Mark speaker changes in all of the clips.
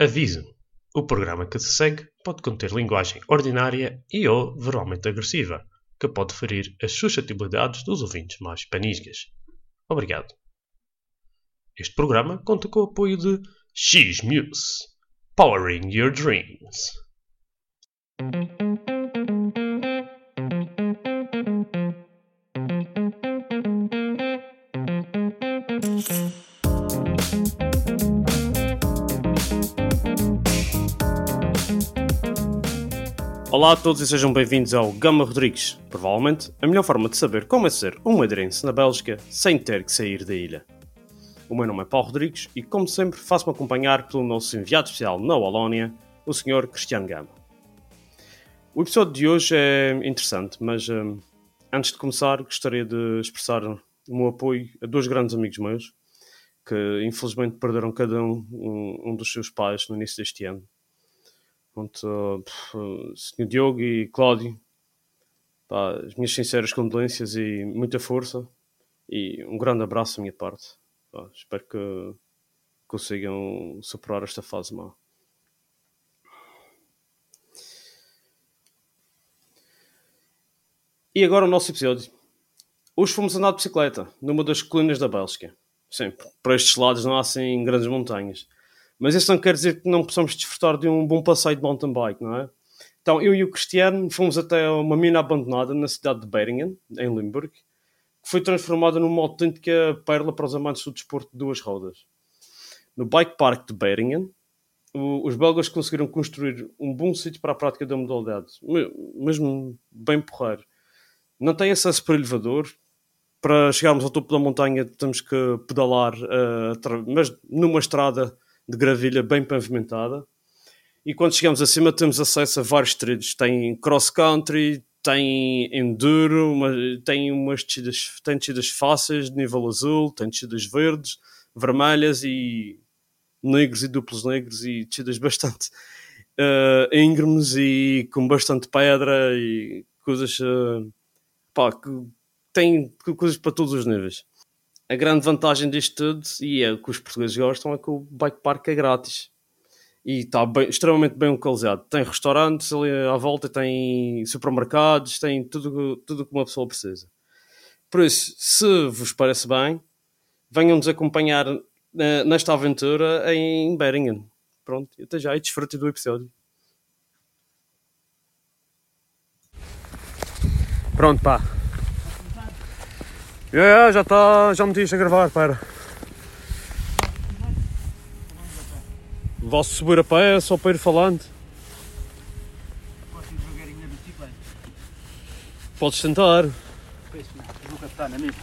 Speaker 1: Aviso: o programa que se segue pode conter linguagem ordinária e ou verbalmente agressiva, que pode ferir as suscetibilidades dos ouvintes mais panisgas. Obrigado. Este programa conta com o apoio de X-Muse Powering Your Dreams.
Speaker 2: Olá a todos e sejam bem-vindos ao Gama Rodrigues. Provavelmente a melhor forma de saber como é ser um madeirense na Bélgica sem ter que sair da ilha. O meu nome é Paulo Rodrigues e, como sempre, faço-me acompanhar pelo nosso enviado especial na Wallónia, o Sr. Cristiano Gama. O episódio de hoje é interessante, mas hum, antes de começar, gostaria de expressar o meu apoio a dois grandes amigos meus que, infelizmente, perderam cada um um, um dos seus pais no início deste ano. Portanto, Sr. eh, Diogo e Cláudio, pá, as minhas sinceras condolências e muita força e um grande abraço da minha parte. Pá, espero que consigam superar esta fase má. E agora o nosso episódio. Hoje fomos andar de bicicleta numa das colinas da Bélgica. Sempre, para estes lados não há assim grandes montanhas. Mas isso não quer dizer que não possamos desfrutar de um bom passeio de mountain bike, não é? Então, eu e o Cristiano fomos até uma mina abandonada na cidade de Beringen, em Limburg, que foi transformada numa autêntica perla para os amantes do desporto de duas rodas. No Bike Park de Beringen, o- os belgas conseguiram construir um bom sítio para a prática da modalidade, me- mesmo bem porreiro. Não tem acesso por elevador, para chegarmos ao topo da montanha temos que pedalar, eh, atra- mas numa estrada de gravilha bem pavimentada. E quando chegamos acima temos acesso a vários trilhos. Tem cross-country, tem enduro, uma, tem umas descidas, tem descidas fáceis de nível azul, tem descidas verdes, vermelhas e negros e duplos negros e descidas bastante eh, íngremes e com bastante pedra e coisas... eh, pá, que tem coisas para todos os níveis. A grande vantagem disto tudo, e é o que os portugueses gostam, é que o bike park é grátis. E está bem- extremamente bem localizado. Tem restaurantes ali à volta, tem supermercados, tem tudo tudo o que uma pessoa precisa. Por isso, se vos parece bem, venham-nos acompanhar eh, nesta aventura em Beringen. Pronto, e até já e desfrutem do episódio. Pronto, pá. Yeah, já está, já meti isto a gravar, pera. Vou subir a pé só para ir falando.
Speaker 3: Posso ir devagarinho na bicicleta?
Speaker 2: Podes tentar.
Speaker 3: Pois não, nunca está na mesma.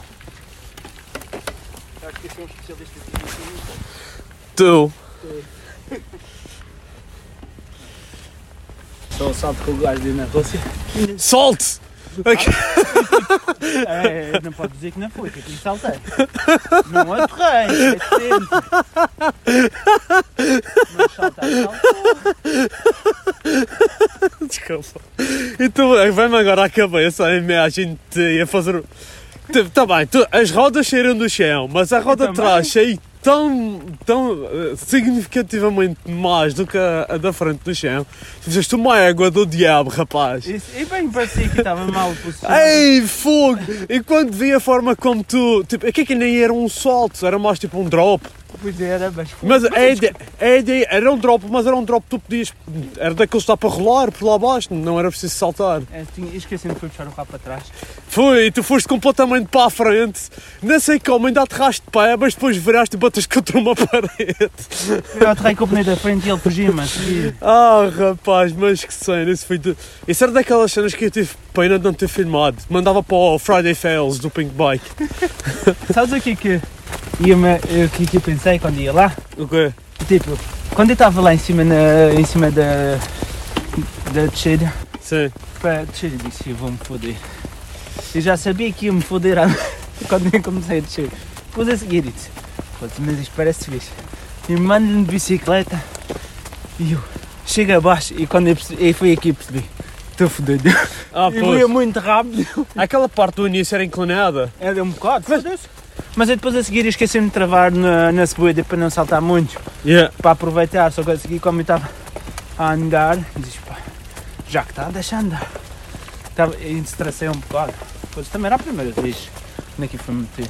Speaker 3: é Acho que esse é um especialista de bicicleta.
Speaker 2: Tu.
Speaker 3: Só o salto que o gajo deu na Rússia.
Speaker 2: Solte!
Speaker 3: É, não pode dizer que não foi, que eu saltei. Não aterrei, é sempre. Mas saltar, saltou.
Speaker 2: Desculpa. E tu, é, vem-me agora à cabeça a imagem de te a fazer. Te- Tá bem, tu- as rodas saíram do chão, mas a roda de
Speaker 3: também.
Speaker 2: trás saiu tão, tão eh, significativamente mais do que a, a da frente do chão. Tu fizeste uma égua do diabo, rapaz.
Speaker 3: Isso- E bem, parecia que estava mal posicionado.
Speaker 2: Ei, fogo! E quando vi a forma como tu. Tipo, aqui que nem era um salto, era mais tipo um drop.
Speaker 3: Pois era, mas foi.
Speaker 2: Mas é a ideia, a ideia era um drop, mas era um drop que tu podias. Era daqueles que dá para rolar por lá abaixo, não era preciso saltar.
Speaker 3: É, tinha- Esqueci-me de puxar o carro para trás.
Speaker 2: Foi, tu foste completamente para a frente, não sei como, ainda aterraste de pé, mas depois viraste e bateste contra uma parede.
Speaker 3: Eu aterrei com o pneu da frente e ele fugiu, mas. e-
Speaker 2: Ah, rapaz, mas que cena, isso foi. De... Isso era daquelas cenas que eu tive pena de não ter filmado. Mandava para o Friday Fails do Pink Bike.
Speaker 3: Sabes o que é que. ia-me- O que é que eu pensei quando ia lá?
Speaker 2: O quê?
Speaker 3: Tipo, quando eu estava lá em cima, na, em cima da, da descida,
Speaker 2: Sim.
Speaker 3: pá, descida, eu disse, eu vou-me foder. Eu já sabia que ia-me foder à- quando eu comecei a descer. Depois a seguir, eu disse, "Putz, mas isto parece fixe. E mando-me de bicicleta e eu chego abaixo e quando eu, percebi, e foi aqui que percebi. Estou fodido.
Speaker 2: Ah,
Speaker 3: E eu ia
Speaker 2: pois.
Speaker 3: muito rápido.
Speaker 2: Aquela parte do início era inclinada.
Speaker 3: Era um bocado, mas, mas eu depois a seguir esqueci-me de travar na, na subida para não saltar muito.
Speaker 4: Yeah.
Speaker 3: para aproveitar, só consegui como eu estava a andar, dizes, pá, já que está, deixa andar. Tava, e estressei um bocado. Pois também era a primeira vez né, que fui meter.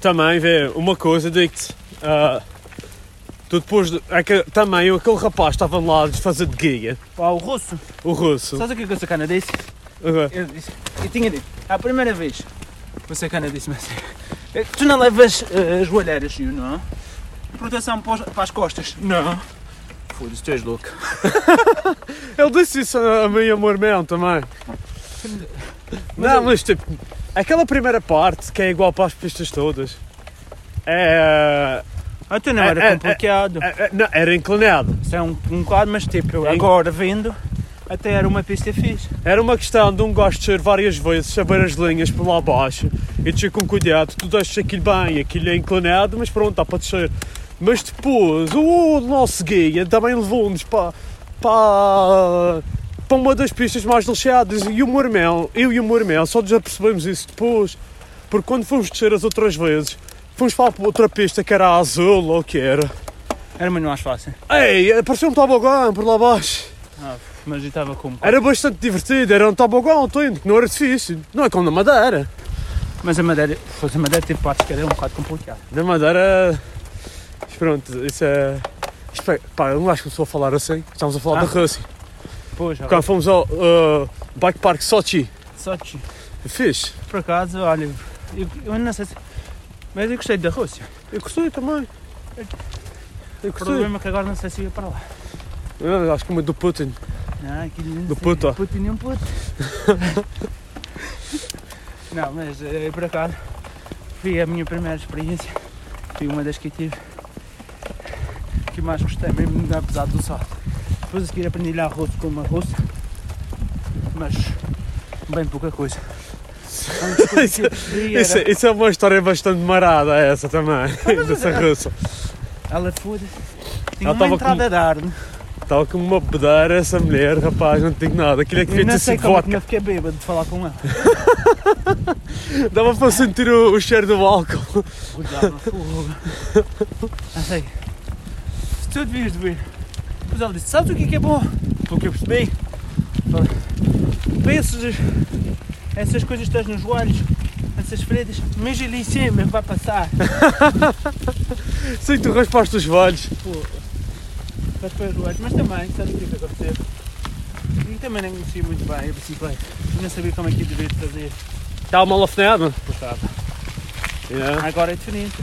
Speaker 4: Também, vê, uma coisa, digo-te. ah, tu depois. De, é que também, aquele rapaz estava lá a fazer de guia,
Speaker 3: Pá, o russo,
Speaker 4: o russo.
Speaker 3: sabes o que é que eu sou canadense?
Speaker 4: Ok.
Speaker 3: Eu disse, e tinha dito, "É a primeira vez, você canadense-me assim, "Eh, tu não levas eh, as joelheiras, you, não? Proteção para os- para as costas? Não. Foda-se, tu és louco.
Speaker 4: Ele disse isso a a mim, amor meu, também. Não, mas tipo, aquela primeira parte que é igual para as pistas todas. É.
Speaker 3: Ah, tu não
Speaker 4: É,
Speaker 3: era
Speaker 4: é, é,
Speaker 3: complicado.
Speaker 4: é- é- não, era inclinado.
Speaker 3: Isso é um, um quadro, mas tipo, eu
Speaker 4: É.
Speaker 3: agora vendo, até era uma pista fixe.
Speaker 4: Era uma questão de um gosto de ser várias vezes, saber as linhas por lá abaixo e descer com cuidado. Tu deixas aquilo bem, aquilo é inclinado, mas pronto, dá para descer. Mas depois, o nosso guia também levou-nos para, para, para uma das pistas mais lixadas. E o meu irmão, eu e o meu irmão, só nos apercebemos isso depois. Porque quando fomos descer as outras vezes, fomos para outra pista que era a azul ou o que era.
Speaker 3: Era muito mais fácil.
Speaker 4: Ei, apareceu um tobogã por lá abaixo.
Speaker 3: Ah, mas eu estava com.
Speaker 4: Era bastante divertido, era um tobogão autêntico, não era difícil. Não é como na Madeira.
Speaker 3: Mas a madeira, fosse a madeira tem partes que era um bocado complicado.
Speaker 4: Na Madeira. mas Pronto, isso é. Isto é- pá, eu não acho que começou a falar assim. Estamos a falar
Speaker 3: Ah.
Speaker 4: da Rússia.
Speaker 3: Pois, já.
Speaker 4: Quando fomos ao ah, Bike Park Sochi,
Speaker 3: Só te,
Speaker 4: fiz.
Speaker 3: por acaso, olha, eu, eu não sei se. Mas eu gostei da Rússia.
Speaker 4: Eu gostei também. Eu
Speaker 3: O
Speaker 4: gostei.
Speaker 3: problema é que agora não sei se ia para lá.
Speaker 4: Eu acho que uma do Putin.
Speaker 3: Não, aquilo não
Speaker 4: Do
Speaker 3: sei.
Speaker 4: puto.
Speaker 3: Puto e nenhum puto. não, mas eh, por acaso, foi a minha primeira experiência. Foi uma das que eu tive. Que mais gostei, mesmo apesar do sol. Depois a seguir aprendi lá russo com uma russa. Mas, bem pouca coisa. A única coisa que eu percebi
Speaker 4: Isso,
Speaker 3: era- Ah,
Speaker 4: isso é uma história bastante marada, essa também. dessa
Speaker 3: é-
Speaker 4: russa.
Speaker 3: Ela foda Tinha
Speaker 4: é- Ela
Speaker 3: uma
Speaker 4: tava com-
Speaker 3: entrada de ar. né?
Speaker 4: Estava como uma bedeira essa mulher, rapaz, não te digo nada. Aquilo é que
Speaker 3: Eu não
Speaker 4: devia ter
Speaker 3: sei
Speaker 4: sido
Speaker 3: como é que
Speaker 4: vodka.
Speaker 3: não fiquei bêbado de falar com ela. é.
Speaker 4: Dava para sentir o, o cheiro do álcool.
Speaker 3: Rodava fogo. Não sei. Se tu devias de ver. Pois ela disse, sabes o que é que é bom? Porque eu percebi. Falei, Pensas essas coisas que estás nos joelhos, essas feridas, mas ali em cima vai passar.
Speaker 4: Sei que tu raspaste os velhos.
Speaker 3: Mas para os joelhos, mas também, sabes o que é que aconteceu? Eu também não conhecia muito bem a bicicleta. Eu não sabia como é que eu devia fazer.
Speaker 4: Está Tá mal afinado.
Speaker 3: Pois estava. Agora é diferente.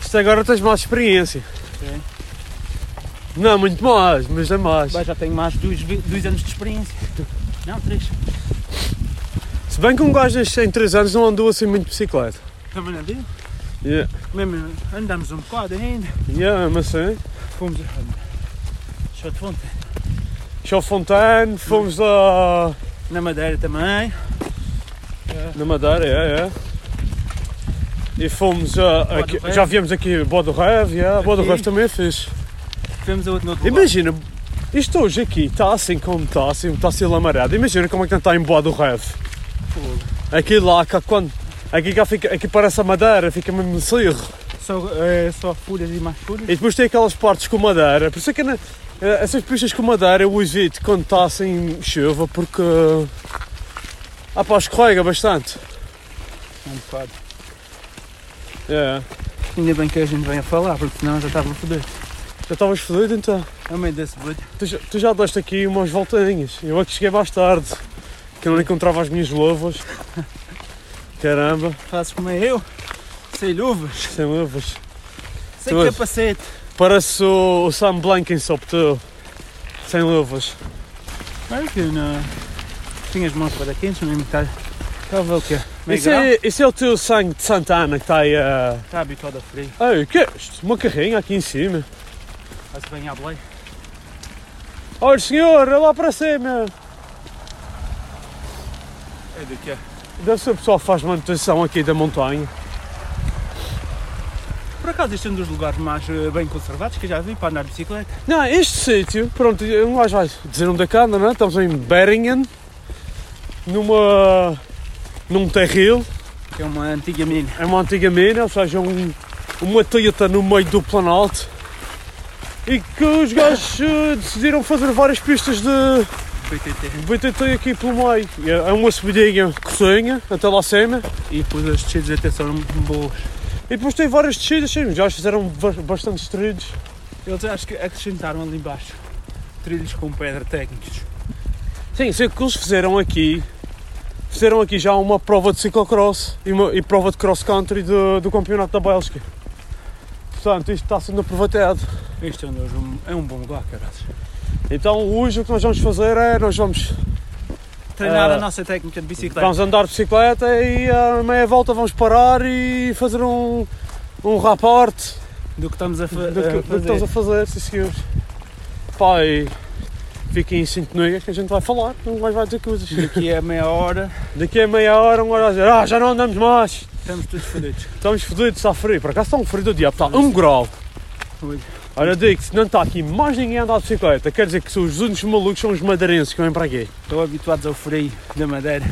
Speaker 4: Isto agora tens mais experiência.
Speaker 3: Sim.
Speaker 4: Não, muito mais, mas é mais.
Speaker 3: Bem, já tenho mais de dois, vi- dois anos de experiência. Não, três.
Speaker 4: Se bem que um gajo nestes em 3 anos não andou assim muito de bicicleta.
Speaker 3: Também não deu.
Speaker 4: Yeah.
Speaker 3: Mesmo andamos um bocado ainda.
Speaker 4: Yeah, mas sim.
Speaker 3: Fomos a Shot Fonte.
Speaker 4: Chau Fontaine, fomos lá
Speaker 3: Na Madeira também.
Speaker 4: na Madeira, é, é. E fomos a.
Speaker 3: Boa
Speaker 4: aqui-
Speaker 3: do Rev.
Speaker 4: já viemos aqui Boa do Rev, yeah. Boa do
Speaker 3: Aqui.
Speaker 4: Rev também é fixe.
Speaker 3: Fomos a outro no outro lugar.
Speaker 4: Imagina, isto hoje aqui está assim como está, assim, está assim lamarado. Imagina como é que não está em Boa do Rev.
Speaker 3: Fogo.
Speaker 4: Aqui lá, cá quando. Aqui, cá fica, aqui parece a madeira, fica mesmo no cirro.
Speaker 3: Só, eh, só fúrias e mais fúrias.
Speaker 4: E depois tem aquelas partes com madeira. Por isso é que na- eh, essas pistas com madeira eu os evito quando está assim chuva, porque. Ah pá, escorrega bastante.
Speaker 3: Um bocado.
Speaker 4: É.
Speaker 3: Ainda bem que a gente vem a falar, porque senão eu já estava a foder.
Speaker 4: Já estavas fodido então.
Speaker 3: A meio desse bode.
Speaker 4: Tu, já- tu já deste aqui umas voltinhas. Eu é que cheguei mais tarde, que eu não encontrava as minhas luvas. Caramba,
Speaker 3: Fazes como é eu. Sem luvas.
Speaker 4: sem luvas.
Speaker 3: Sem
Speaker 4: Tudo.
Speaker 3: capacete.
Speaker 4: Parece o, o Sam Blank em Sopeteu. Sem luvas.
Speaker 3: Claro que não. Tinha as mãos para quentes, mesmo que estava o quê? Meio
Speaker 4: Isso
Speaker 3: grau.
Speaker 4: é, isso é o teu sangue de Santa Ana que está aí a.
Speaker 3: Está habituado a frio.
Speaker 4: Ei, o que é isto? Uma carrinha aqui em cima.
Speaker 3: Vai-se bem à boleia.
Speaker 4: Olha, senhor, é lá para cima.
Speaker 3: É do quê?
Speaker 4: Deve ser o pessoal que faz manutenção aqui da montanha.
Speaker 3: Por acaso este é um dos lugares mais eh, bem conservados que eu já vi para andar de bicicleta.
Speaker 4: Não, este sítio, pronto, um gajo vai dizer onde é que anda, não é? Estamos em Beringen, numa, num terril,
Speaker 3: É uma antiga mina.
Speaker 4: é uma antiga mina, ou seja, um, uma Toyota no meio do Planalto e que os gajos eh, decidiram fazer várias pistas de
Speaker 3: BTT.
Speaker 4: BTT aqui pelo meio. E É uma subidinha curtinha até lá acima
Speaker 3: E depois as descidas até são boas.
Speaker 4: e depois tem várias descidas, sim, os gajos fizeram ba- bastantes trilhos.
Speaker 3: Eles acho que acrescentaram ali embaixo trilhos com pedra técnicos.
Speaker 4: Sim, sei que eles fizeram aqui. Fizeram aqui já uma prova de ciclocross e, uma, e prova de cross country do, do campeonato da Bélgica. Portanto, isto está sendo aproveitado.
Speaker 3: Este é um, dos- é um bom lugar, caras.
Speaker 4: Então, hoje o que nós vamos fazer é nós vamos,
Speaker 3: Treinar
Speaker 4: Ah.
Speaker 3: a nossa técnica de bicicleta.
Speaker 4: vamos andar de bicicleta e a meia volta vamos parar e fazer um, um raporte
Speaker 3: Do que estamos a, fa é,
Speaker 4: do que,
Speaker 3: a
Speaker 4: do que estamos a fazer, sim senhores. Pá, e fiquem em sintonia que a gente vai falar, não mais vai dizer coisas.
Speaker 3: Daqui a meia hora
Speaker 4: Daqui a meia hora, uma hora vai dizer, ah, já não andamos mais.
Speaker 3: estamos todos fodidos.
Speaker 4: Estamos fodidos, está frio. Por acaso está um frio do diabo, está um grau.
Speaker 3: Ui.
Speaker 4: Olha, eu digo, se não está aqui mais ninguém a andar de bicicleta, quer dizer que são os únicos malucos são os madeirenses que vêm para aqui.
Speaker 3: Estão habituados ao frio da madeira.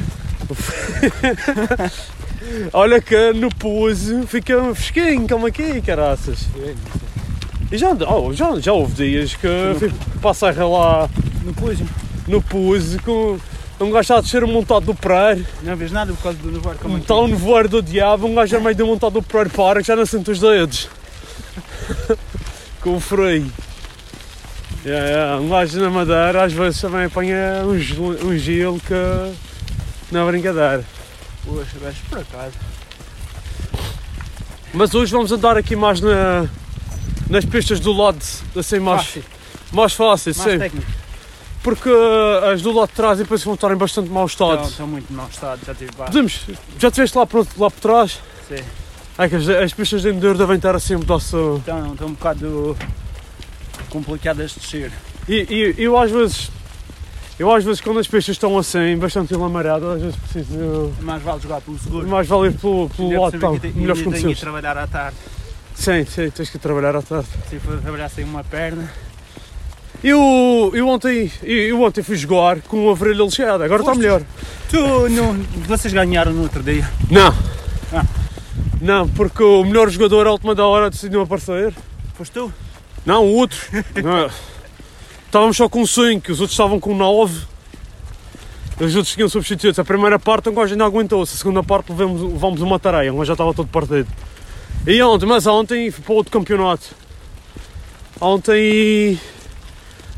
Speaker 4: Olha que no pouso fica um fresquinho, como aqui, caraças. E já, ande- oh, já, já houve dias que fui para a serra lá
Speaker 3: No Cluj
Speaker 4: no pouso com um gajo a descer um montado do Pereiro,
Speaker 3: não vês nada por causa do é nevoeiro como
Speaker 4: está um nevoeiro do diabo, um gajo a meio do montado do Pereiro para que já não sente os dedos. com o freio. Yeah, yeah, Um gajo na madeira às vezes também apanha um gelo, um gelo que não é brincadeira.
Speaker 3: Poxa, gajo, por acaso.
Speaker 4: Mas hoje vamos andar aqui mais na- nas pistas do lado, assim mais
Speaker 3: Fácil,
Speaker 4: mais fácil,
Speaker 3: mais
Speaker 4: sim.
Speaker 3: técnico.
Speaker 4: Porque uh, as do lado de trás e depois vão estar em bastante mau
Speaker 3: Estão,
Speaker 4: estado.
Speaker 3: estão muito mau estado, já tive barro.
Speaker 4: Podemos, já tiveste lá por, lá por trás?
Speaker 3: Sim.
Speaker 4: É que as, as pistas de enduro devem estar assim um pedaço.
Speaker 3: Estão, estão um bocado complicadas de descer.
Speaker 4: E, e eu às vezes, eu às vezes quando as pistas estão assim, bastante enlamaradas, às vezes preciso
Speaker 3: Mais vale jogar pelo
Speaker 4: de
Speaker 3: seguro.
Speaker 4: mais valer pelo, pelo
Speaker 3: Deve
Speaker 4: lado
Speaker 3: saber
Speaker 4: que
Speaker 3: que
Speaker 4: estão,
Speaker 3: tem-
Speaker 4: melhores
Speaker 3: ainda tenho que ir
Speaker 4: condições.
Speaker 3: trabalhar à tarde.
Speaker 4: Sim, sim, tens que trabalhar à tarde.
Speaker 3: Se for trabalhar sem uma perna.
Speaker 4: Eu, eu, ontem, eu, eu ontem fui jogar com uma orelha lixada, agora está
Speaker 3: Foste?
Speaker 4: melhor.
Speaker 3: Tu, não, vocês ganharam no outro dia.
Speaker 4: Não.
Speaker 3: Ah.
Speaker 4: Não, porque o melhor jogador à última da hora decidiu aparecer.
Speaker 3: Foste tu?
Speaker 4: Não, o outro. Não é. Estávamos só com 5, os outros estavam com 9. Os outros tinham substituídos. A primeira parte um gajo ainda aguentou-se, a segunda parte levamos, levamos uma tareia, um gajo já estava todo partido. E ontem, mas ontem fui para outro campeonato. Ontem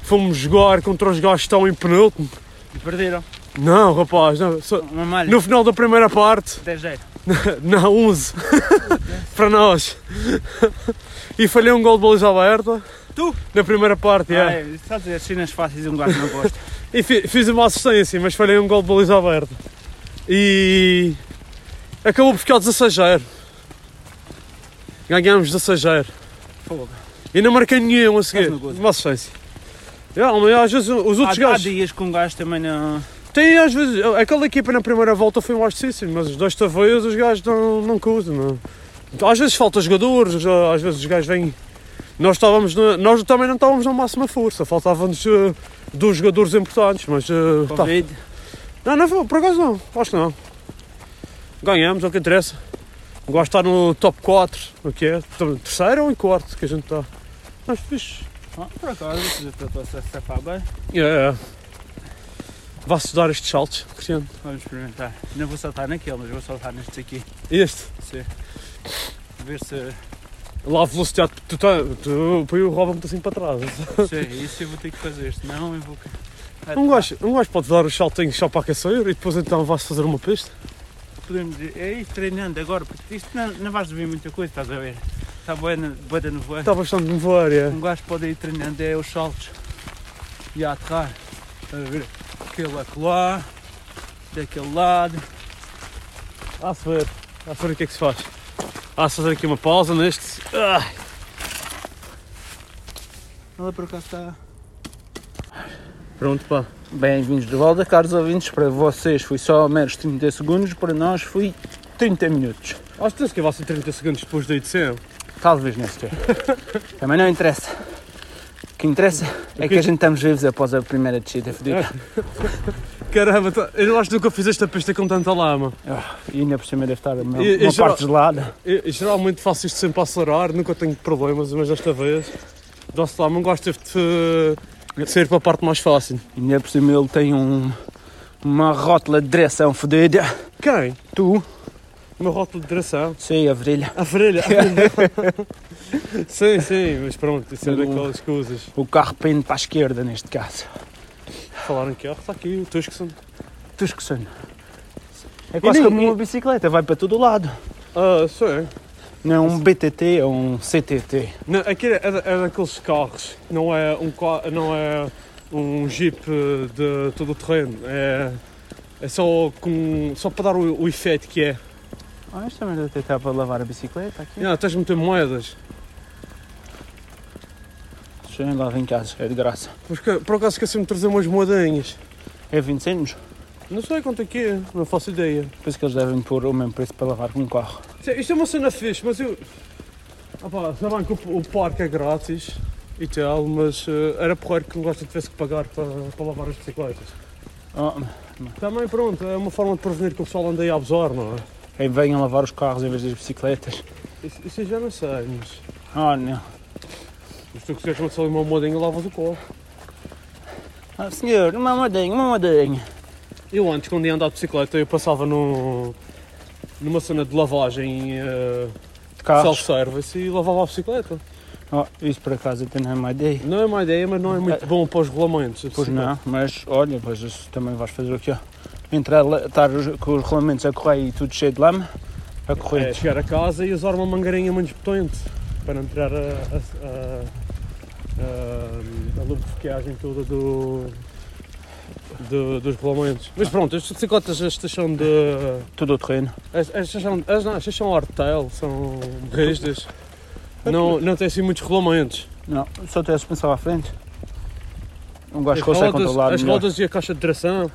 Speaker 4: fomos jogar contra os gajos que estão em penúltimo.
Speaker 3: E perderam.
Speaker 4: Não, rapaz, não. Só-
Speaker 3: Uma malha.
Speaker 4: no final da primeira parte
Speaker 3: 10 0
Speaker 4: na 11 para nós e falhei um gol de baliza aberta
Speaker 3: Tu?
Speaker 4: na primeira parte yeah.
Speaker 3: Ah, é, estás a dizer, as cenas fáceis um gajo não gosta.
Speaker 4: e fi- fiz uma assistência mas falhei um gol de baliza aberta e acabou por ficar 16 0 ganhámos 16 0
Speaker 3: Fogo.
Speaker 4: e não marquei nenhum a seguir
Speaker 3: Estás no gozo.
Speaker 4: uma assistência Yeah, mas às vezes os outros
Speaker 3: Há, há
Speaker 4: gajos
Speaker 3: dias que um gajo também não.
Speaker 4: tem às vezes aquela equipa na primeira volta foi mais difícil mas desta vez os gajos não, não cruzam não. às vezes falta jogadores já- às vezes os gajos vêm nós estávamos na- nós também não estávamos na máxima força faltavam-nos eh, dois jogadores importantes mas eh, tá.
Speaker 3: Covid.
Speaker 4: não, não foi- por acaso não acho que não ganhamos é o que interessa gosto de estar no top 4 o que é terceiro ou em quarto que a gente está mas fixe É,
Speaker 3: Ah, por acaso, se eu estou a se safar bem,
Speaker 4: yeah, yeah. vá estudar estes saltos Cristiano
Speaker 3: vamos experimentar. Não vou saltar naquele, mas vou saltar nestes aqui.
Speaker 4: este
Speaker 3: Se... Ver se.
Speaker 4: Lá a velocidade, tu, tá- tu, põe o Robin assim para trás.
Speaker 3: se é isso eu vou ter que fazer, senão eu vou. Ah,
Speaker 4: Um gajo, um gajo pode dar os saltinhos só para aquecer e depois então vai-se fazer uma pista.
Speaker 3: Podemos dizer, é isso, treinando agora, porque isto não, não vais ver muita coisa, estás a ver? Está boa, na- boa da nevoeira.
Speaker 4: Está Tá bastante de voar, é.
Speaker 3: Um gajo pode ir treinando é os saltos e a aterrar. Estás a ver? Aquele acolá, daquele lado.
Speaker 4: Há-se ver, há-se ver o que é que se faz. Há-se fazer aqui uma pausa neste. Ah,
Speaker 3: Ela por acaso está.
Speaker 4: pronto, pá.
Speaker 3: Bem-vindos de volta, caros ouvintes. Para vocês foi só meros 30 segundos, para nós foi 30 minutos.
Speaker 4: Acho que que vai ser 30 segundos depois da edição.
Speaker 3: Talvez não esteja. Também não interessa. é O que interessa é que a gente estamos vivos após a primeira descida fodida.
Speaker 4: Caramba, tá- eu acho que nunca fiz esta pista com tanta lama.
Speaker 3: Ah, E ainda por cima deve estar uma,
Speaker 4: E- e
Speaker 3: uma
Speaker 4: geral-
Speaker 3: parte gelada.
Speaker 4: Eu, eu geralmente faço isto sempre a acelerar, nunca tenho problemas, mas desta vez, doce lama, gosto de, de ser para a parte mais fácil.
Speaker 3: E ainda por cima ele tem um, uma rótula de direção fodida.
Speaker 4: Quem?
Speaker 3: Tu,
Speaker 4: Uma rótulo de direção.
Speaker 3: sei a virilha.
Speaker 4: A frelha. sim, sim, mas pronto, isso é daquelas coisas.
Speaker 3: O carro pende para a esquerda neste caso.
Speaker 4: Falaram que, ó, está aqui o Tuscson.
Speaker 3: Tu esquecendo. É quase
Speaker 4: nem-
Speaker 3: como uma bicicleta, vai para todo lado.
Speaker 4: Ah, sim.
Speaker 3: Não é um BTT, é um CTT.
Speaker 4: Não, aquilo é, da- é daqueles carros, não é um, qua- não é um jeep eh, de todo o terreno, é, é só, com, só para dar o, o efeito que é.
Speaker 3: Ah, esta merda até está para lavar a bicicleta aqui.
Speaker 4: Não, tens de meter moedas.
Speaker 3: Sim, lava em casa, é de graça.
Speaker 4: Porque, por acaso esqueci-me de trazer umas moedinhas.
Speaker 3: É 20 centos.
Speaker 4: Não sei quanto é que é, não faço ideia.
Speaker 3: Penso que eles devem pôr o mesmo preço para lavar com um carro.
Speaker 4: Isto é- Isto é uma cena fixe, mas eu. Ah pá, já bem que o, o parque é grátis e tal, mas eh, era porreiro que não gosta de tivesse que pagar para, para lavar as bicicletas.
Speaker 3: Ah,
Speaker 4: Também, pronto, é uma forma de prevenir que o pessoal ande aí a abusar, não é?
Speaker 3: aí venham lavar os carros em vez das bicicletas.
Speaker 4: Isso, isso eu já não sei, mas.
Speaker 3: Ah, não.
Speaker 4: Mas tu quiseres meter só uma moedinha, lavas o copo.
Speaker 3: Ah, senhor, uma madinha, uma madinha.
Speaker 4: Eu antes, quando ia andar de bicicleta, eu passava num- numa cena de lavagem eh,
Speaker 3: De carros.
Speaker 4: self-service e lavava a bicicleta.
Speaker 3: Ah, isso por acaso até não é uma ideia.
Speaker 4: Não é uma ideia, mas não é muito bom para os regulamentos. assim, a
Speaker 3: Pois
Speaker 4: bicicleta.
Speaker 3: não, mas olha, pois isso também vais fazer o quê? Entrar, lá- estar os- com os rolamentos a correr e tudo cheio de lama, a
Speaker 4: É
Speaker 3: correr.
Speaker 4: chegar a casa e usar uma mangueirinha menos potente para não tirar a, a, a, a, a lubrificagem toda do, do- dos regulamentos.
Speaker 3: Ah.
Speaker 4: Mas pronto, as bicicletas estas são de.
Speaker 3: Tudo o terreno.
Speaker 4: as- Estas são, as, não, estas são hardtail, são rígidas. Não, não têm assim muitos regulamentos.
Speaker 3: Não, só tem a suspensão à frente. Um gajo
Speaker 4: as
Speaker 3: consegue
Speaker 4: rodas-
Speaker 3: controlar
Speaker 4: as
Speaker 3: melhor.
Speaker 4: rodas e a caixa de direção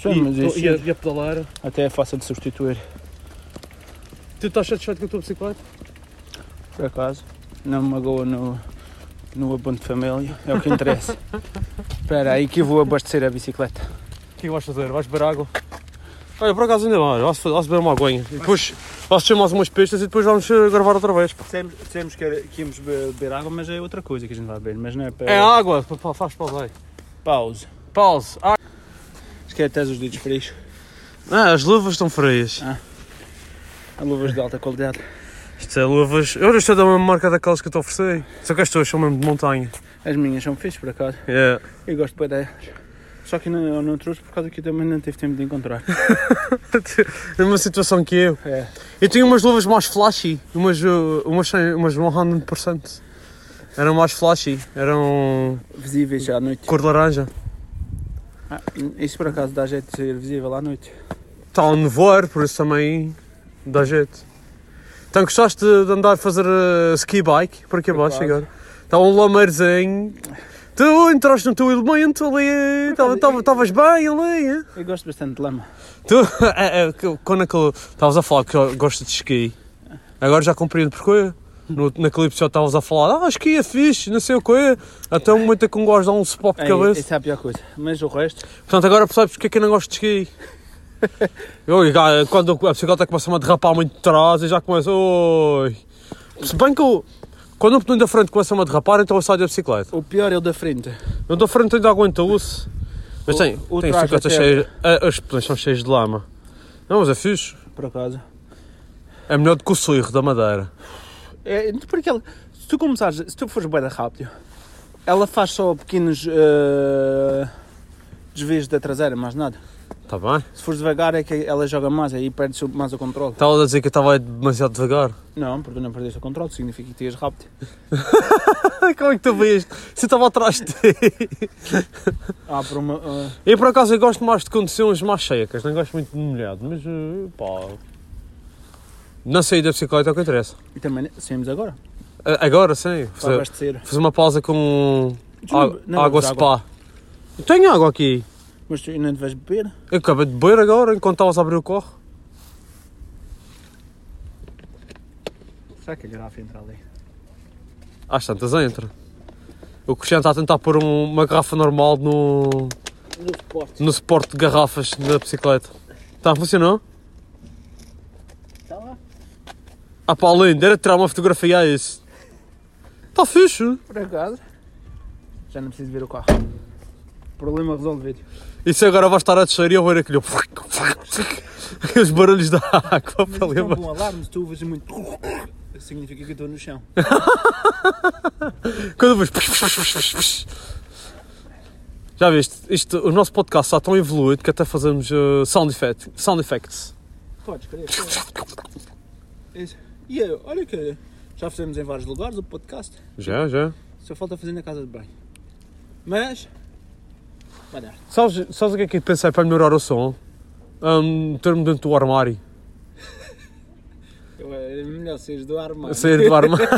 Speaker 3: Sim,
Speaker 4: e,
Speaker 3: mas isso é-
Speaker 4: e a, e a pedaleira.
Speaker 3: até é fácil de substituir,
Speaker 4: Tu estás satisfeito com a tua bicicleta?
Speaker 3: por acaso. Não me magoa no, no abono de família, é o que interessa. Espera aí que eu vou abastecer a bicicleta.
Speaker 4: O que é que vais fazer? Vais beber água? Olha, por acaso ainda vai, vais, vais beber uma aguinha. E depois vais ter mais umas pistas e depois vamos eh, gravar outra vez. pá.
Speaker 3: Dissemos, que, íamos beber água, mas é outra coisa que a gente vai beber, mas não é para...
Speaker 4: É água, pá, pá, faz pausa aí.
Speaker 3: Pausa.
Speaker 4: Pause. Ah.
Speaker 3: Esquece até os dedos frios.
Speaker 4: Não, as luvas estão frias.
Speaker 3: Luvas de alta qualidade.
Speaker 4: Isto é luvas. Olha, isto é da mesma marca daquelas que eu te ofereci. Só que as tuas são mesmo de montanha.
Speaker 3: As minhas são fixas, por acaso.
Speaker 4: É.
Speaker 3: Eu gosto para delas. Só que não, eu não trouxe por causa que eu também não tive tempo de encontrar.
Speaker 4: É a mesma situação que eu.
Speaker 3: É.
Speaker 4: Eu tinha umas luvas mais flashy, umas, eh, umas, sem- umas 100%. Eram mais flashy, eram
Speaker 3: Visíveis já à noite.
Speaker 4: cor de laranja.
Speaker 3: Ah, isso por acaso dá jeito de ser visível à noite.
Speaker 4: Está a nevoar, por isso também dá jeito. Então gostaste de, de andar a fazer eh, ski bike por aqui abaixo
Speaker 3: acaso.
Speaker 4: agora? Está um lameirozinho. Tu entraste no teu elemento ali, tá,
Speaker 3: acaso, eu-
Speaker 4: estavas bem ali. hein?
Speaker 3: Eu gosto bastante de lama.
Speaker 4: Tu, é, é, que- quando aquele, estavas a falar que eu gosto de ski, agora já compreendo porquê. No, naquele episódio estavas a falar, ah, ski é fixe, não sei o quê. Até um momento é que um gosto de dar um spot de
Speaker 3: É,
Speaker 4: cabeça.
Speaker 3: Essa é a pior coisa. Mas o resto,
Speaker 4: Portanto, agora percebes porque é que eu não gosto de ski. Eu, já, quando a bicicleta começa-me a derrapar muito de trás, eu já começo. Oi. Se bem que eu, quando o pneu da frente começa-me a derrapar, então eu saio da bicicleta.
Speaker 3: o pior é o da frente.
Speaker 4: O da frente ainda aguenta-se. Mas
Speaker 3: O-
Speaker 4: tem,
Speaker 3: o
Speaker 4: tem
Speaker 3: trás
Speaker 4: bicicletas
Speaker 3: até-
Speaker 4: cheias. a- As pneus são cheias de lama. Não, mas é fixe.
Speaker 3: Por acaso.
Speaker 4: É melhor do que o suirro da madeira.
Speaker 3: É, porque ela, se tu começares, se tu fores bem rápido, ela faz só pequenos eh, desvios da traseira, mais nada.
Speaker 4: Está Tá bem?
Speaker 3: Se fores devagar é que ela joga mais, aí perde mais o controle.
Speaker 4: Estava a dizer que eu estava demasiado devagar.
Speaker 3: Não, porque não perdeste o controle, significa que tu ias rápido.
Speaker 4: Como é que tu vês? Se eu estava atrás de ti.
Speaker 3: Ah, por uma. eh,
Speaker 4: Eu por acaso eu gosto mais de condições mais secas, não gosto muito de molhado, mas eh, pá. Não sair da bicicleta é o que interessa.
Speaker 3: e também saímos agora.
Speaker 4: A- Agora sim,
Speaker 3: Para
Speaker 4: fazer,
Speaker 3: abastecer.
Speaker 4: fazer uma pausa com
Speaker 3: Tu não
Speaker 4: água,
Speaker 3: be- não
Speaker 4: água
Speaker 3: bebes
Speaker 4: spa. Eu tenho água aqui.
Speaker 3: Mas tu ainda vais beber?
Speaker 4: Eu acabei de beber agora enquanto estavas a abrir o carro.
Speaker 3: Será que a garrafa entra ali?
Speaker 4: Às tantas entra. O Cristiano está a tentar pôr um- uma garrafa normal no,
Speaker 5: no suporte.
Speaker 4: no suporte de garrafas da bicicleta. Tá, funcionou?
Speaker 5: Está lá?
Speaker 4: Ah pá, lindo, era tirar uma fotografia a isso. Está fixe.
Speaker 3: Por acaso, já não preciso ver o carro. Problema resolvido.
Speaker 4: Isso agora vai estar a descer e eu vou ver aquilo. Os barulhos da água para ali
Speaker 3: Então,
Speaker 4: abaixo.
Speaker 3: bom alarme, se tu ouves muito. Significa que eu estou no chão.
Speaker 4: Quando vês. Já viste? Isto, o nosso podcast está tão evoluído que até fazemos eh, sound, effect, sound effects.
Speaker 3: Podes crer. é. Isso. E eu, olha que já fizemos em vários lugares o podcast.
Speaker 4: Já, já.
Speaker 3: Só falta fazer na casa de banho. Mas. Vai dar.
Speaker 4: Sabes, sabes o que é que eu pensei para melhorar o som? Um, Ter-me dentro do armário.
Speaker 3: Eu, é melhor seres do armário.
Speaker 4: Sair do armário.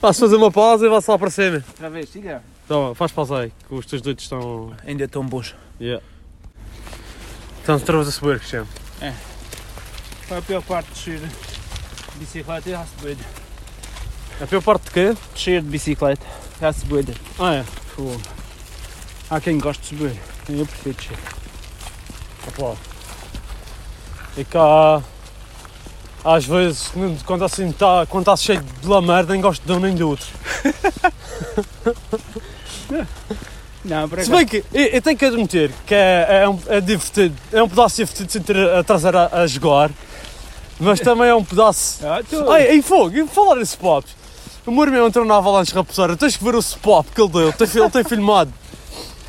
Speaker 4: Vais fazer uma pausa e vais lá para cima.
Speaker 3: Outra vez, siga.
Speaker 4: Então, faz pausa aí, que os teus dedos estão.
Speaker 3: Ainda estão bons.
Speaker 4: Estão outra Então, a subir, Cristiano.
Speaker 3: Foi a pior parte de descer de bicicleta e já se doida.
Speaker 4: A pior parte de quê?
Speaker 3: Descer de bicicleta, já se doida.
Speaker 4: Ah, é.
Speaker 3: Fogo. Há quem gosta de subir. Eu prefiro descer.
Speaker 4: Opa. E cá. Às vezes, quando- quando assim está quando tá cheio de lamerda, nem gosto de um nem do outro.
Speaker 3: Não, para
Speaker 4: Se bem que, eu, eu tenho que admitir que é, é, um, é divertido, é um pedaço divertido de sentir a traseira a jogar, mas também é um pedaço.
Speaker 3: Ah, tu.
Speaker 4: Ai, em fogo, e falar esse pop. O meu irmão entrou na avalanche raposeira, tens que ver o spop que ele deu, tem, ele tem filmado.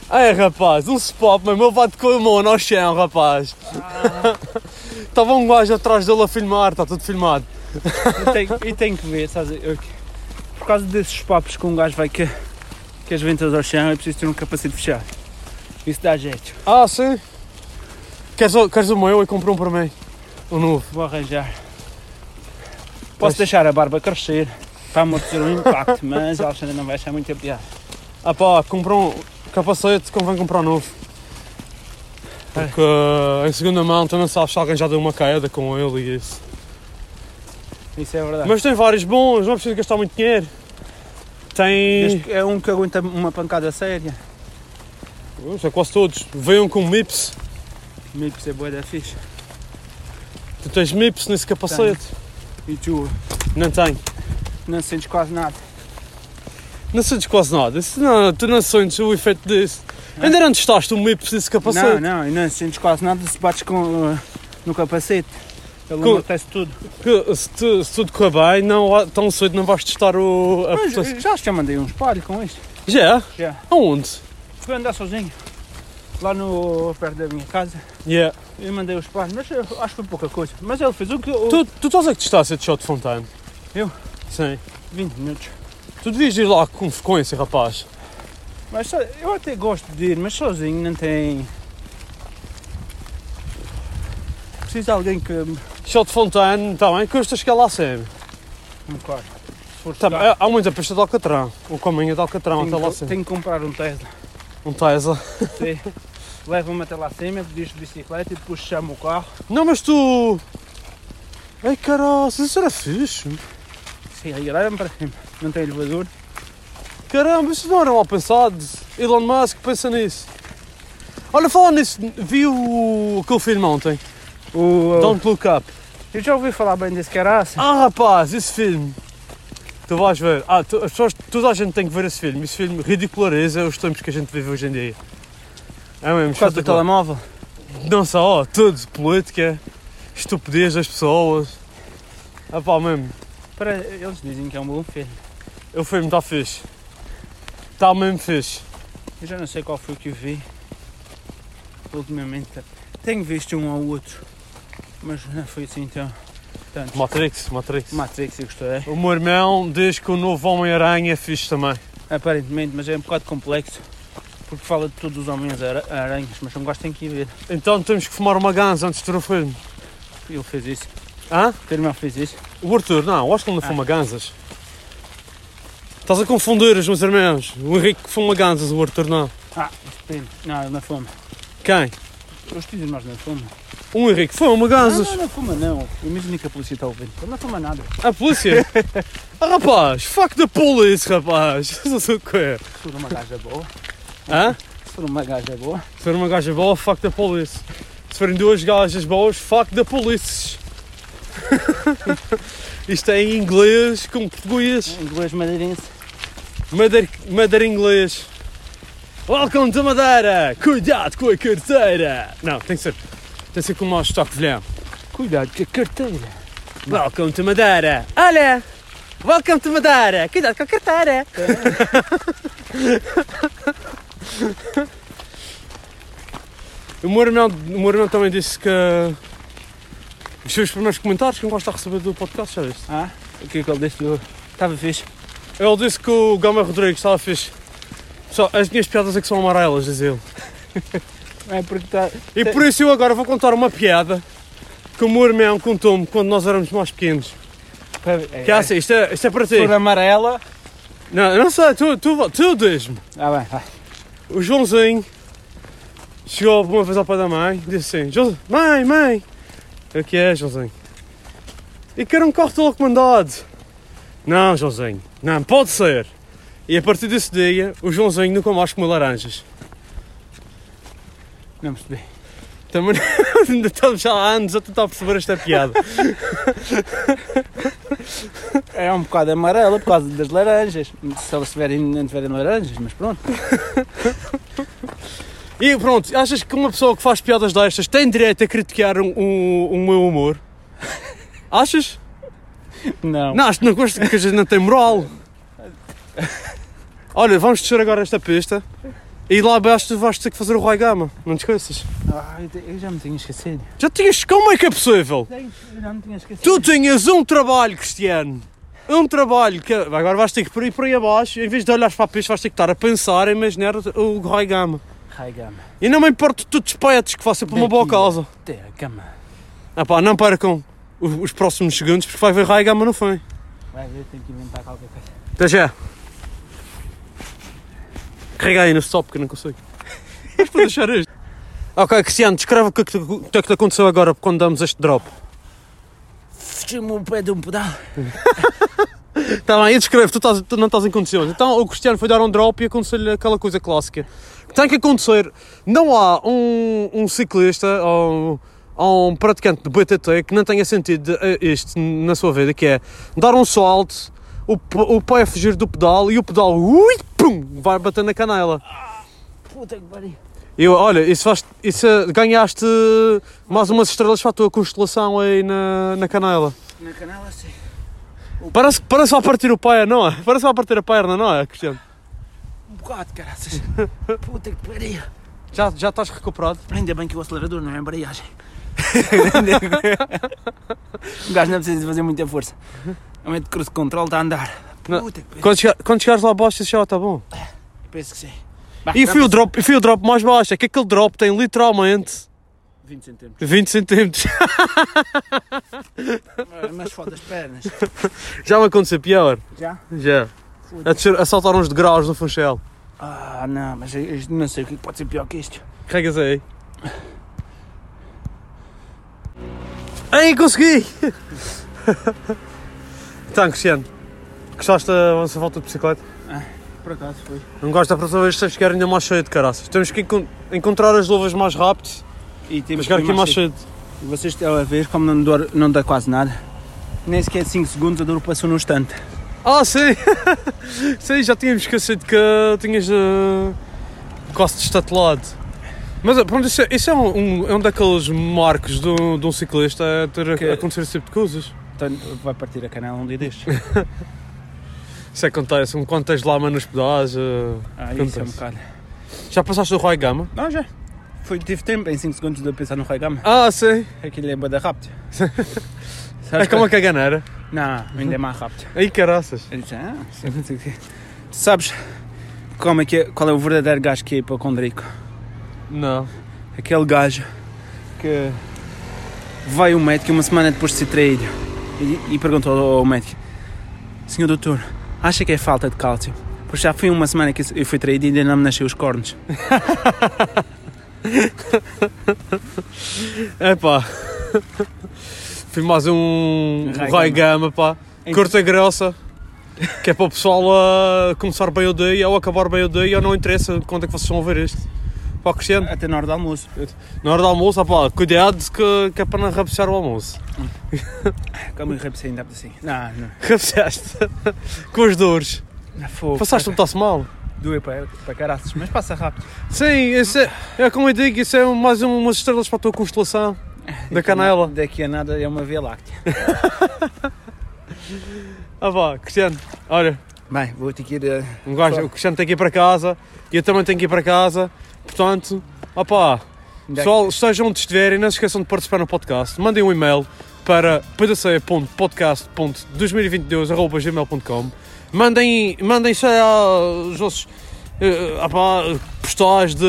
Speaker 4: Ai rapaz, um spop, mas meu bate com a mão no chão, rapaz. Ah. Estava um gajo atrás dele a filmar, está tudo filmado.
Speaker 3: Eu tenho, eu tenho que ver, sabes? eu- por causa desses papos que um gajo vai que, que as ventas ao chão, é preciso ter um capacete fechado. Isso dá jeito.
Speaker 4: Ah, sim. Queres, o- queres o meu e compra um para mim? Um novo.
Speaker 3: Vou arranjar. Posso deixar a barba crescer para amortecer o impacto, mas a Alexandra não vai achar muito a piada.
Speaker 4: Ah pá, comprar um capacete, convém comprar novo. Porque eh, em segunda mão tu não sabes se alguém já deu uma queda com ele e isso.
Speaker 3: Isso é verdade.
Speaker 4: Mas tem vários bons, não é preciso gastar muito dinheiro. Tem.
Speaker 3: Este é um que aguenta uma pancada séria.
Speaker 4: Não sei, quase todos. Venham com MIPS.
Speaker 3: Mips é boa da fixe.
Speaker 4: Tu tens MIPS nesse capacete?
Speaker 3: E tu
Speaker 4: Não tenho.
Speaker 3: não sentes quase nada.
Speaker 4: Não sentes quase nada. Isso não, tu não sentes o efeito disso. Ainda não testaste o MIPS nesse
Speaker 3: Não,
Speaker 4: capacete?
Speaker 3: não, e não sentes quase nada se bates com, uh, no capacete. Ele
Speaker 4: Com-
Speaker 3: amortece tudo.
Speaker 4: Que se, tu, se tudo correr bem, não, tão cedo não vais testar o. A
Speaker 3: Mas, eh,
Speaker 4: potência.
Speaker 3: eu já te mandei um espalho com isto.
Speaker 4: Já?
Speaker 3: Já.
Speaker 4: Aonde?
Speaker 3: Fui andar sozinho. Lá no perto da minha casa.
Speaker 4: Yeah.
Speaker 3: Eu mandei o espalho, mas eu acho que foi pouca coisa. Mas ele fez o que? O...
Speaker 4: Tu, tu estás a que distância de Shot Fontaine?
Speaker 3: Eu?
Speaker 4: Sim.
Speaker 3: 20 minutos.
Speaker 4: Tu devias ir lá com frequência, rapaz.
Speaker 3: Mas só- eu até gosto de ir, mas sozinho não tem. Preciso de alguém que me
Speaker 4: Shot Fontaine também custa chegar lá sempre.
Speaker 3: me corre. Se for
Speaker 4: Tá,
Speaker 3: chegar,
Speaker 4: há- há muita pista de Alcatrão. O caminho de Alcatrão até lá
Speaker 3: tenho, que-
Speaker 4: sempre.
Speaker 3: tenho que comprar um Tesla.
Speaker 4: Um Tesla.
Speaker 3: Leva-me até lá cima, pedias de bicicleta e depois chamo o carro.
Speaker 4: Não, mas tu. Ai caralho, isso era fixe.
Speaker 3: Sim, aí leva-me para cima. Não tem elevador.
Speaker 4: Caramba, isso não era mal pensado. Elon Musk, pensa nisso. Olha, falar nisso, vi o aquele filme ontem,
Speaker 3: O,
Speaker 4: Don't Look Up.
Speaker 3: Eu já ouvi falar bem desse caraça.
Speaker 4: Ah, rapaz, esse filme. Tu vais ver. Ah, tu- as pessoas, toda a gente tem que ver esse filme. Esse filme ridiculariza os tempos que a gente vive hoje em dia. É mesmo,
Speaker 3: Por causa do
Speaker 4: espetacular.
Speaker 3: telemóvel.
Speaker 4: Não só, ó, tudo. Política, estupidez das pessoas. Ah, pá, mesmo.
Speaker 3: Para, eles dizem que é um bom filme.
Speaker 4: O filme está fixe. Está mesmo fixe.
Speaker 3: Eu já não sei qual foi o que eu vi. Ultimamente tenho visto um ao outro, mas não foi assim então. Tanto.
Speaker 4: Matrix, Matrix.
Speaker 3: Matrix eu gostei.
Speaker 4: O meu irmão diz que o novo Homem-Aranha é fixe também.
Speaker 3: Aparentemente, mas é um bocado complexo. Porque fala de todos os homens ara- aranhas, mas não gosto tem que ir ver.
Speaker 4: Então temos que fumar uma ganza antes de ter o filme.
Speaker 3: Ele fez isso.
Speaker 4: Hã?
Speaker 3: O teu irmão fez isso.
Speaker 4: O Arthur, não, eu acho que ele não fuma ganzas. Estás a confundir os meus irmãos. O Henrique que fuma ganzas, o Arthur não.
Speaker 3: Ah, depende. Não, ele não fuma.
Speaker 4: Quem?
Speaker 3: Os teus irmãos não fumam.
Speaker 4: O Henrique fuma
Speaker 3: Ah, Não,
Speaker 4: ganzas.
Speaker 3: não, não fuma não. Imagina que a polícia está a ouvir. Ele não fuma nada.
Speaker 4: A polícia. ah, rapaz, fuck the police, rapaz. Não sei o que é.
Speaker 3: Sou uma gaja boa.
Speaker 4: Hã?
Speaker 3: Se for uma gaja boa.
Speaker 4: Se for uma gaja boa, fuck the police. Se forem duas gajas boas, fuck the police. Isto é em inglês com português.
Speaker 3: Inglês madeirense.
Speaker 4: Madeira, madeira inglês. Welcome to Madeira! Cuidado com a carteira! Não, tem que ser. Tem que ser com o mau estoque velhão.
Speaker 3: Cuidado com a carteira.
Speaker 4: Welcome to Madeira! Olha! Welcome to Madeira! Cuidado com a carteira! o, meu irmão, o meu irmão também disse que os seus primeiros comentários que não gosta de receber do podcast, já viste?
Speaker 3: Ah, o que é que ele disse? Eu Estava fixe.
Speaker 4: Ele disse que o Gama Rodrigues estava fixe. Pessoal, as minhas piadas é que são amarelas, diz ele.
Speaker 3: É porque está.
Speaker 4: E por isso eu agora vou contar uma piada que o meu irmão contou-me quando nós éramos mais pequenos.
Speaker 3: tá-
Speaker 4: Que é assim, isto é, isto é para ti.
Speaker 3: Por amarela.
Speaker 4: Não, eu não sei, tu, tu, tu diz-me.
Speaker 3: Ah, bem, vai.
Speaker 4: O Joãozinho chegou uma vez ao pai da mãe e disse assim: "Joãozinho, Mãe, mãe, o que é, Joãozinho? E quero um carro de comandado. Não, Joãozinho, não, pode ser. E a partir desse dia, o Joãozinho nunca mais comeu laranjas.
Speaker 3: Não percebi.
Speaker 4: Também ainda estamos já há anos a tentar perceber esta piada.
Speaker 3: É um bocado amarela por causa das laranjas. Se elas tiverem, não tiverem laranjas, mas pronto.
Speaker 4: E pronto, achas que uma pessoa que faz piadas destas tem direito a criticar um- um- o meu humor? Achas?
Speaker 3: Não.
Speaker 4: Não, acho que não gosto que a gente não tem moral. Olha, vamos descer agora esta pista e lá abaixo tu vais ter que fazer o Roy Gama, não te esqueças.
Speaker 3: Ah, eu te- eu já me tinha esquecido.
Speaker 4: Já tinhas. Como é que é possível?
Speaker 3: Eu já me tinha esquecido.
Speaker 4: Tu tinhas um trabalho, Cristiano. Um trabalho que. Agora vais ter que por aí, por aí abaixo, em vez de olhares para a pista, vais ter que estar a pensar, a imaginar o Roy Gama.
Speaker 3: Ai, gama.
Speaker 4: E não me importa tu despetes que faça por uma boa
Speaker 3: Daqui.
Speaker 4: causa.
Speaker 3: Até a cama.
Speaker 4: Ah pá, não para com os, os próximos segundos porque vai ver raio e gama no fim.
Speaker 3: Vai ver, tenho que inventar qualquer coisa.
Speaker 4: Até já. Carrega aí no stop que eu não consigo. Mas para deixar este. Ok, Cristiano, descreve o que é que, te- o que é que te aconteceu agora quando damos este drop.
Speaker 3: Fechei-me o pé de um pedal.
Speaker 4: Está Tá bem, eu descrevo, tu, estás- tu não estás em condições. Então o Cristiano foi dar um drop e aconteceu-lhe aquela coisa clássica. que Tem que acontecer, não há um, um ciclista ou, ou um praticante de BTT que não tenha sentido eh, isto na sua vida, que é dar um salto, o, p- o pé fugir do pedal e o pedal ui, pum, vai bater na canela.
Speaker 3: Puta que pariu.
Speaker 4: Eu, olha, isso, faz, isso eh, ganhaste eh, mais umas estrelas para a tua constelação aí na, na canela.
Speaker 3: Na canela, sim.
Speaker 4: Parece, parece que vai partir o pé, não é? Parece que vai partir a perna, não é, Cristiano?
Speaker 3: Um bocado, caraças. Puta que pariu.
Speaker 4: Já, já estás recuperado?
Speaker 3: Ainda bem que o acelerador não é embreagem. o Um gajo não precisa de fazer muita força. A mente de cruise control está a andar.
Speaker 4: Não.
Speaker 3: Puta que pariu.
Speaker 4: Quando, chegar- quando chegares lá abaixo, isso já está bom.
Speaker 3: Penso que sim.
Speaker 4: E foi o, drop, e foi o drop mais baixo, é que aquele drop tem literalmente
Speaker 3: 20 centímetros.
Speaker 4: 20 centímetros.
Speaker 3: Mas falta É as pernas.
Speaker 4: Já me aconteceu pior.
Speaker 3: Já?
Speaker 4: Já. A, descer, a saltar uns degraus no funchal.
Speaker 3: Ah, não, mas eu- eu não sei o que pode ser pior que isto.
Speaker 4: Carregas aí. Aí, consegui! então, Cristiano, gostaste da nossa volta de bicicleta?
Speaker 3: Por acaso foi.
Speaker 4: Não gosto da próxima vez, tens que chegar ainda mais cheio de caraças. Temos que encon- encontrar as luvas mais rápido
Speaker 3: E
Speaker 4: e
Speaker 3: temos
Speaker 4: chegar aqui mais cedo.
Speaker 3: Vocês estão a ver como não, dor, não dá quase nada. Nem sequer 5 segundos a dor passou num instante.
Speaker 4: Ah, sim! sim, já tínhamos esquecido que tinhas eh, quase destatelado. Mas eh, pronto, isso é, isso é um, um- é um daqueles marcos de um, de um ciclista é ter
Speaker 3: Que-
Speaker 4: a, acontecer esse tipo de coisas.
Speaker 3: Então vai partir a canal um dia deste.
Speaker 4: Isso é que acontece, um quando tens lama nos pedais. eh.
Speaker 3: Ah, isso é um
Speaker 4: Acontece.
Speaker 3: bocado.
Speaker 4: Já passaste do Roy Gama?
Speaker 3: Não, já. Foi, tive tempo em 5 segundos de pensar no Rei Gama.
Speaker 4: Ah, sim!
Speaker 3: Aquilo é bué da rápido.
Speaker 4: É
Speaker 3: Sabes
Speaker 4: como a caganeira.
Speaker 3: que- Não, ainda é mais rápido.
Speaker 4: Aí caraças.
Speaker 3: Eu disse, ah, isso não sei o quê. Tu sabes como é que é- qual é o verdadeiro gajo que é hipocondrico?
Speaker 4: Não.
Speaker 3: Aquele gajo que vai ao médico uma semana depois de ser traído e, e perguntou ao, ao médico: Senhor doutor, acha que é falta de cálcio? Pois já foi uma semana que eu fui traído e ainda não me nasceu os cornos.
Speaker 4: É pá. Fui mais um
Speaker 3: Roy
Speaker 4: Roy Gama, pá.
Speaker 3: Em-
Speaker 4: Curta e grossa. Que é para o pessoal ah, começar bem o dia ou acabar bem o dia ou não interessa quando é que vocês vão ver isto. Pá, Cristiano,
Speaker 3: Até na hora do almoço.
Speaker 4: na hora do almoço, ah, pá, cuidado que, que é para não rapejar o almoço.
Speaker 3: Calma aí, rapsei ainda assim. Não, não.
Speaker 4: Rapejaste com as dores.
Speaker 3: Fogo.
Speaker 4: Passaste um taço mal.
Speaker 3: Doeu para, para caraças, mas passa rápido.
Speaker 4: Sim, isso é, é como eu digo, isso é mais umas estrelas para a tua constelação da canela.
Speaker 3: Daqui a nada é uma Via Láctea.
Speaker 4: Ah vá, Cristiano, olha,
Speaker 3: Bem, vou ter que ir eh, a...
Speaker 4: um gajo- o Cristiano tem que ir para casa, eu também tenho que ir para casa, portanto, opá, pessoal, estejam onde estiverem, não se esqueçam de participar no podcast, mandem um e-mail para pedaceia.podcast.2022.gmail.com mandem, mandem sei lá, os vossos eh, opá, postais de,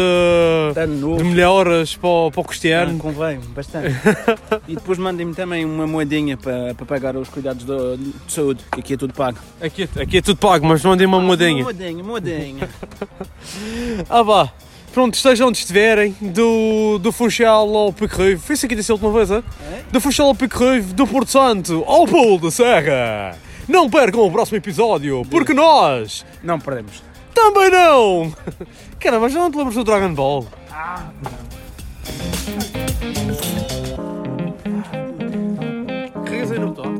Speaker 3: Ano
Speaker 4: de
Speaker 3: novo.
Speaker 4: melhoras para, o- para o
Speaker 3: Ah,
Speaker 4: Cristiano.
Speaker 3: convém, bastante. e depois mandem-me também uma moedinha para, para pagar os cuidados do- de saúde, que aqui é tudo pago.
Speaker 4: Aqui, é- aqui é tudo pago, mas mandem uma moedinha.
Speaker 3: Uma moedinha, moedinha.
Speaker 4: Ah vá, pronto, estejam onde estiverem, do, do Funchal ao Pico Ruivo, foi isso aqui disse a última vez, é? Do Funchal ao Pico Ruivo, do Porto Santo ao Pulo da Serra. Não percam o próximo episódio, porque nós
Speaker 3: Não perdemos.
Speaker 4: também não! Cara, mas já não te lembras do Dragon Ball? Ah, não. Carregas aí no botão.